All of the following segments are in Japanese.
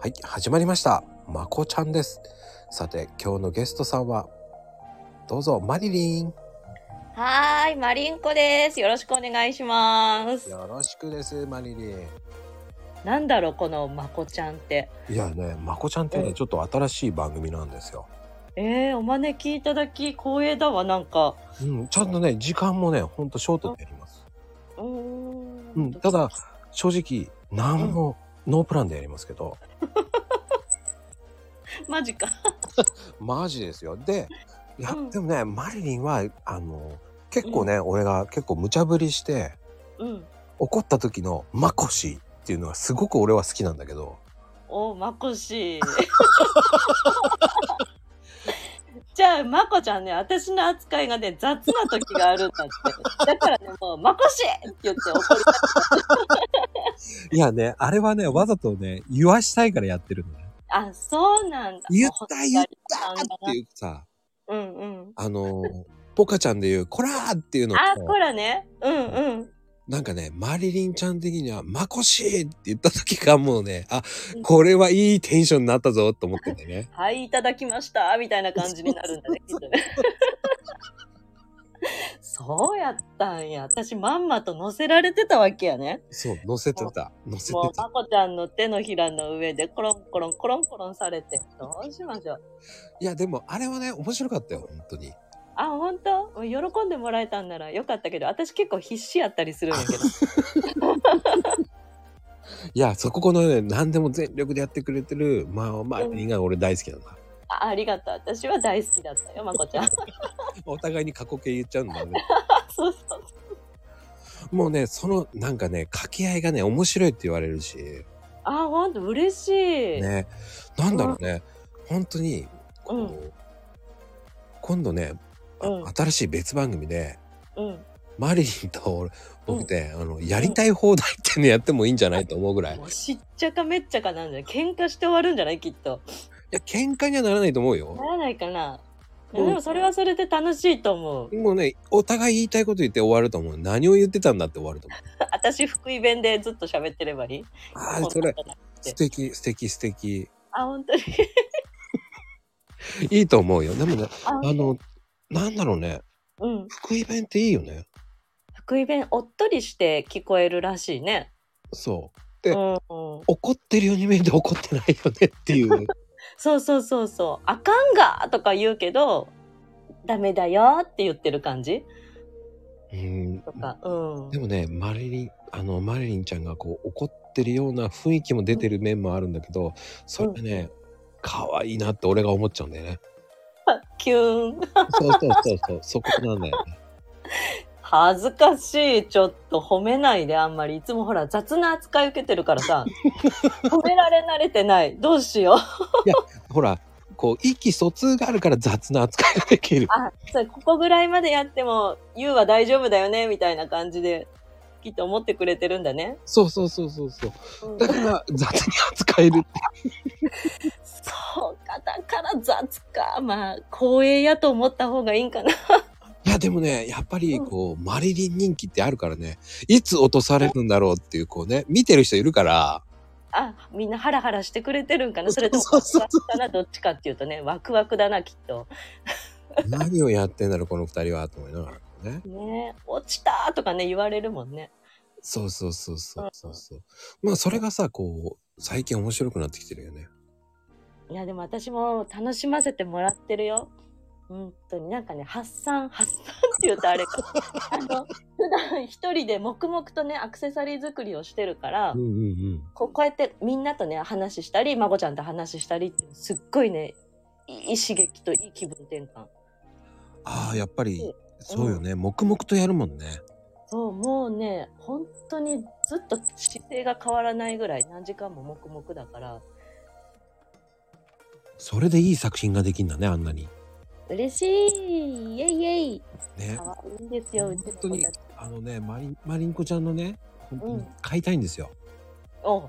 はい、始まりました。まこちゃんです。さて、今日のゲストさんは、どうぞ、マリリン。はーい、マリンコです。よろしくお願いします。よろしくです、マリリン。なんだろう、このまこちゃんって。いやね、まこちゃんってうね、んちょっと新しい番組なんですよ。えー、お招きいただき光栄だわ、なんか。うん、ちゃんとね、時間もね、ほんとショートでやります。うーんうんただ、正直、何も、ノープランでやりますけど、マジか。マジですよ。で、いや、うんでもね、マリリンは、あの、結構ね、俺が結構無茶ぶりして、うん。怒った時のマコシーっていうのがすごく俺は好きなんだけど、おま こし。じゃあ、まこちゃんね、私の扱いがね、雑な時があるんだって。だからね、もう、まこしって言って怒りたくいやね、あれはね、わざとね、言わしたいからやってるのね。あ、そうなんだ。言っもうたほ言っとたなんだなっていうさ、うんうん。あのー、ポカちゃんで言う、こらーっていうのあ、とこ、らね。うんうん。。なんかね、マリリンちゃん的には、マコシーって言った時がもうね、あ、これはいいテンションになったぞと思っててねはい、いただきました、みたいな感じになるんだね、きっとね。そうやったんや。私、まんまと乗せられてたわけやね。そう、乗せてた。乗せてもう、た。まこちゃんの手のひらの上で、コロンコロン、コロンコロンされて、どうしましょう。いや、でも、あれはね、面白かったよ、本当に。あ、ほんと喜んでもらえたんならよかったけど、私結構必死やったりするんやけ ど。いや、そここのね、何でも全力でやってくれてる、まあ、マリリンが俺大好きなんだ。あありがとう。私は大好きだったよ、ま こちゃん。お互いに過去形言っちゃうんだね。そうそう。もうね、そのなんかね、掛け合いがね、面白いって言われるし、あ、ほんと嬉しい。ね、なんだろうね、本当に、うんこう今度ね、あうん新しい別番組で、うん。マリリンと俺僕で、あの、やりたい放題ってね、やってもいいんじゃないと思うぐらい。いもうしっちゃかめっちゃかなんじゃない喧嘩して終わるんじゃないきっと。や、喧嘩にはならないと思うよな。らないかな。うんでもそれはそれで楽しいと思う。もうね、お互い言いたいこと言って終わると思う。何を言ってたんだって終わると 思う。私福井弁でずっと喋ってればいい。ああ、それ、素敵、素敵、素敵。あ本当に。いいと思うよ。でもね、ああの、なんだろうね、うん。福井弁っていいよね。福井弁おっとりして聞こえるらしいね。そう。うえんうん。怒ってるように見えて怒ってないよねって いう。そうそうそうそう。あかんがとか言うけど、ダメだよって言ってる感じうんとか。うんで。もね、マリリン、あの、マリリンちゃんがこう怒ってるような雰囲気も出てる面もあるんだけど、それがね、可愛いなって俺が思っちゃうんだよね。キューン。そうそうそうそう、そこなんだよね。恥ずかしい。ちょっと褒めないで、あんまり。いつもほら、雑な扱い受けてるからさ。褒められ慣れてない。どうしよう。 ほら、こう、意気疎通があるから雑な扱いができる。あ、そう、ここぐらいまでやっても、ゆうは大丈夫だよね、みたいな感じで、きっと思ってくれてるんだね。そうそうそうそうそう。そうだから雑に扱える。か、だから雑か。まあ、光栄やと思った方がいいんかな。いや、でもね、やっぱりこう、マリリン人気ってあるからね、いつ落とされるんだろうっていう、こうね、見てる人いる から、あ、みんなハラハラしてくれてるんかな。それとも、そワうクそうワクかな、どっちかっていうとね、ワクワクだな、きっと。何をやってんだろうこの二人はと思いながらねねえ落ちたとかね、言われるもんね。そうそうそうそうそうそうまあそれがさこう最近面白くなってきてるよねいや、でも私も楽しませてもらってるよ。本当になんかね、発散、発散って言うとあ れか。あの、普段一人で黙々とね、アクセサリー作りをしてるから、うんうんうんこうこうやってみんなとね、話したり、孫ちゃんと話したりっていう、すっごいね、いい刺激といい気分転換。ああやっぱりそうよね、黙々とやるもんねそう、もうね、本当にずっと姿勢が変わらないぐらい、何時間も黙々だから、それでいい作品ができんだねあんなに嬉しいイェイイェイね可愛いんですよ、うちの本当子にたち。あのねマリンマリンコちゃんのね本当うにん買いたいんですよ、お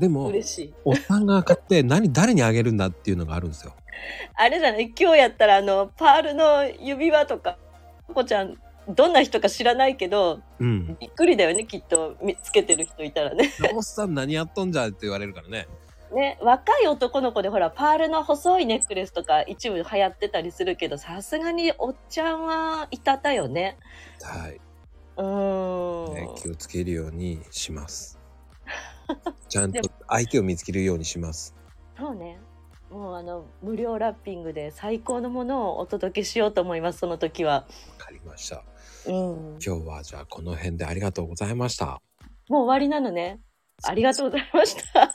でも嬉しい。おっさんが買って何誰にあげるんだっていうのがあるんですよあれじゃない今日やったらあのパールの指輪とかこちゃんどんな人か知らないけどうんびっくりだよねきっと見つけてる人いたらね おっさん何やっとんじゃって言われるからねね、若い男の子でほら、パールの細いネックレスとか一部流行ってたりするけど、さすがにおっちゃんはいたたよね。はい、うーん。ね、気をつけるようにし ます。ちゃんと相手を見つけるようにします。そうね。もうあの、無料ラッピングで最高のものをお届けしようと思います、その時は。わかりました。うん。今日はじゃあこの辺でありがとうございました。もう終わりなのね。ありがとうございました。